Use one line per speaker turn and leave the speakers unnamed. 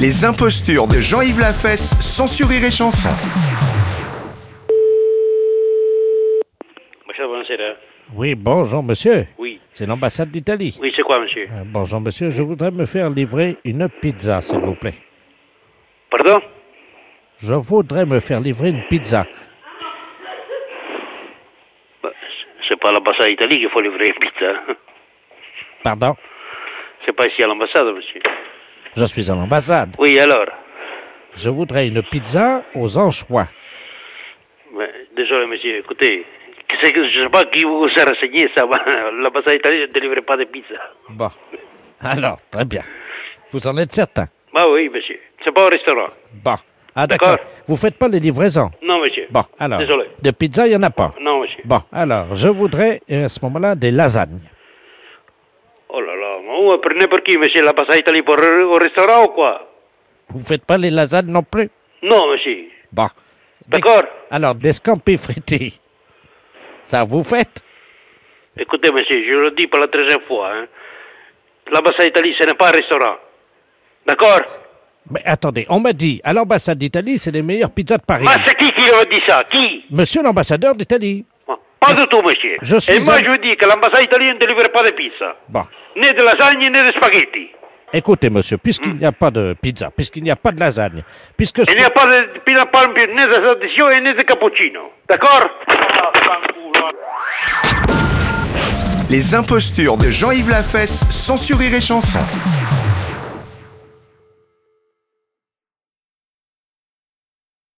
Les impostures de Jean-Yves Lafesse, censuré et chanson.
Bonjour, buonasera.
Oui, bonjour, monsieur.
Oui.
C'est l'ambassade d'Italie.
Oui, c'est quoi, monsieur
Euh, bonjour, monsieur. Je voudrais me faire livrer une pizza, s'il vous plaît.
Pardon
Je voudrais me faire livrer une pizza.
Bah, C'est pas à l'ambassade d'Italie qu'il faut livrer une pizza.
Pardon
C'est pas ici à l'ambassade, monsieur.
Je suis à l'ambassade.
Oui, alors
Je voudrais une pizza aux anchois.
Mais, Désolé, monsieur, écoutez. que c'est que- Je sais pas qui vous a renseigné ça. va. L'ambassade d'Italie ne délivre pas de pizza.
Bon. Alors, très bien. Vous en êtes certain
Bah oui, monsieur. C'est pas au restaurant.
Bon. Ah,
D'accord.
d'accord. Vous faites pas les livraisons
Non, monsieur.
Bon, alors.
Désolé.
De pizza, il n'y en a pas.
Non, monsieur.
Bon, alors, je voudrais, euh, à ce moment-là, des lasagnes.
Oh là là. mais Vous me prenez pour qui, monsieur L'ambassade d'Italie pour au restaurant ou quoi
Vous faites pas les lasagnes non plus
Non, monsieur.
Bon. Des-
D'accord.
Alors, des scampi frites. Ça vous fait
Écoutez, monsieur, je le dis pour la treizième fois. Hein. L'ambassade d'Italie, ce n'est pas un restaurant. D'accord
Mais attendez, on m'a dit, à l'ambassade d'Italie, c'est les meilleures pizzas de Paris.
Mais c'est qui qui leur dit ça Qui
Monsieur l'ambassadeur d'Italie.
Pas du tout, monsieur.
Je suis
Et moi,
un-
je vous dis que l'ambassade italienne ne délivre pas de pizza.
Bon.
Ni de lasagne, ni de spaghetti.
Écoutez, monsieur, puisqu'il n'y a pas de pizza, puisqu'il n'y a pas de lasagne, puisque je...
Il n'y a pas de pizza palme, ni de tradition, et ni de cappuccino. D'accord
Les impostures de Jean-Yves Lafesse, censuré et chanson.